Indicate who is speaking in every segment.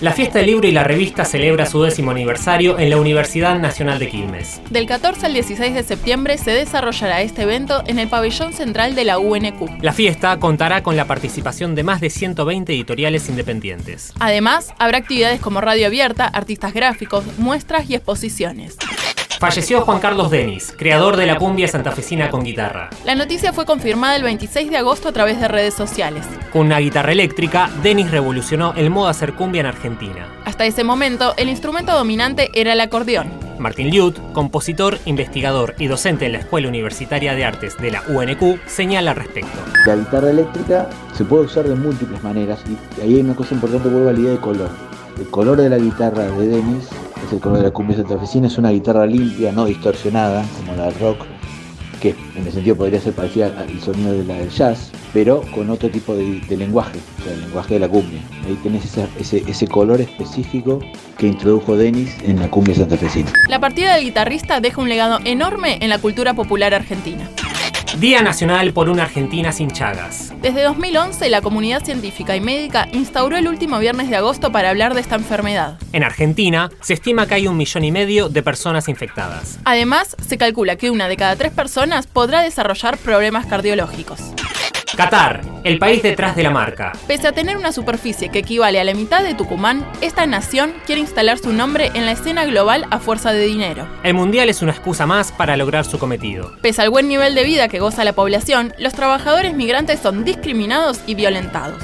Speaker 1: La fiesta del libro y la revista celebra su décimo aniversario en la Universidad Nacional de Quilmes.
Speaker 2: Del 14 al 16 de septiembre se desarrollará este evento en el pabellón central de la UNQ.
Speaker 1: La fiesta contará con la participación de más de 120 editoriales independientes.
Speaker 2: Además, habrá actividades como radio abierta, artistas gráficos, muestras y exposiciones.
Speaker 1: Falleció Juan Carlos Denis, creador de la cumbia santafesina con guitarra.
Speaker 2: La noticia fue confirmada el 26 de agosto a través de redes sociales.
Speaker 1: Con una guitarra eléctrica, Denis revolucionó el modo de hacer cumbia en Argentina.
Speaker 2: Hasta ese momento, el instrumento dominante era el acordeón.
Speaker 1: Martín Liut, compositor, investigador y docente en la Escuela Universitaria de Artes de la UNQ, señala al respecto.
Speaker 3: La guitarra eléctrica se puede usar de múltiples maneras y ahí hay una cosa importante, vuelvo a la idea de color. El color de la guitarra de Denis es el color de la cumbia santafesina, es una guitarra limpia, no distorsionada, como la del rock, que en el sentido podría ser parecida al sonido de la del jazz, pero con otro tipo de, de lenguaje, o sea, el lenguaje de la cumbia. Ahí tenés esa- ese, ese color específico que introdujo Denis en la cumbia santafesina.
Speaker 2: La partida del guitarrista deja un legado enorme en la cultura popular argentina.
Speaker 1: Día Nacional por una Argentina sin chagas.
Speaker 2: Desde 2011, la comunidad científica y médica instauró el último viernes de agosto para hablar de esta enfermedad.
Speaker 1: En Argentina, se estima que hay un millón y medio de personas infectadas.
Speaker 2: Además, se calcula que una de cada tres personas podrá desarrollar problemas cardiológicos.
Speaker 1: Qatar, el país detrás de la marca.
Speaker 2: Pese a tener una superficie que equivale a la mitad de Tucumán, esta nación quiere instalar su nombre en la escena global a fuerza de dinero.
Speaker 1: El mundial es una excusa más para lograr su cometido.
Speaker 2: Pese al buen nivel de vida que goza la población, los trabajadores migrantes son discriminados y violentados.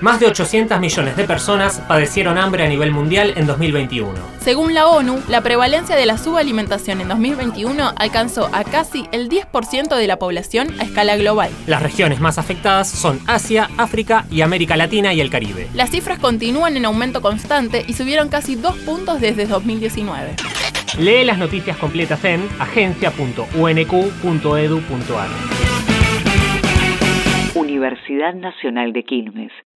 Speaker 1: Más de 800 millones de personas padecieron hambre a nivel mundial en 2021.
Speaker 2: Según la ONU, la prevalencia de la subalimentación en 2021 alcanzó a casi el 10% de la población a escala global.
Speaker 1: Las regiones más afectadas son Asia, África y América Latina y el Caribe.
Speaker 2: Las cifras continúan en aumento constante y subieron casi dos puntos desde 2019.
Speaker 1: Lee las noticias completas en e agencia.unq.edu.ar.
Speaker 4: Universidad Nacional de Quilmes.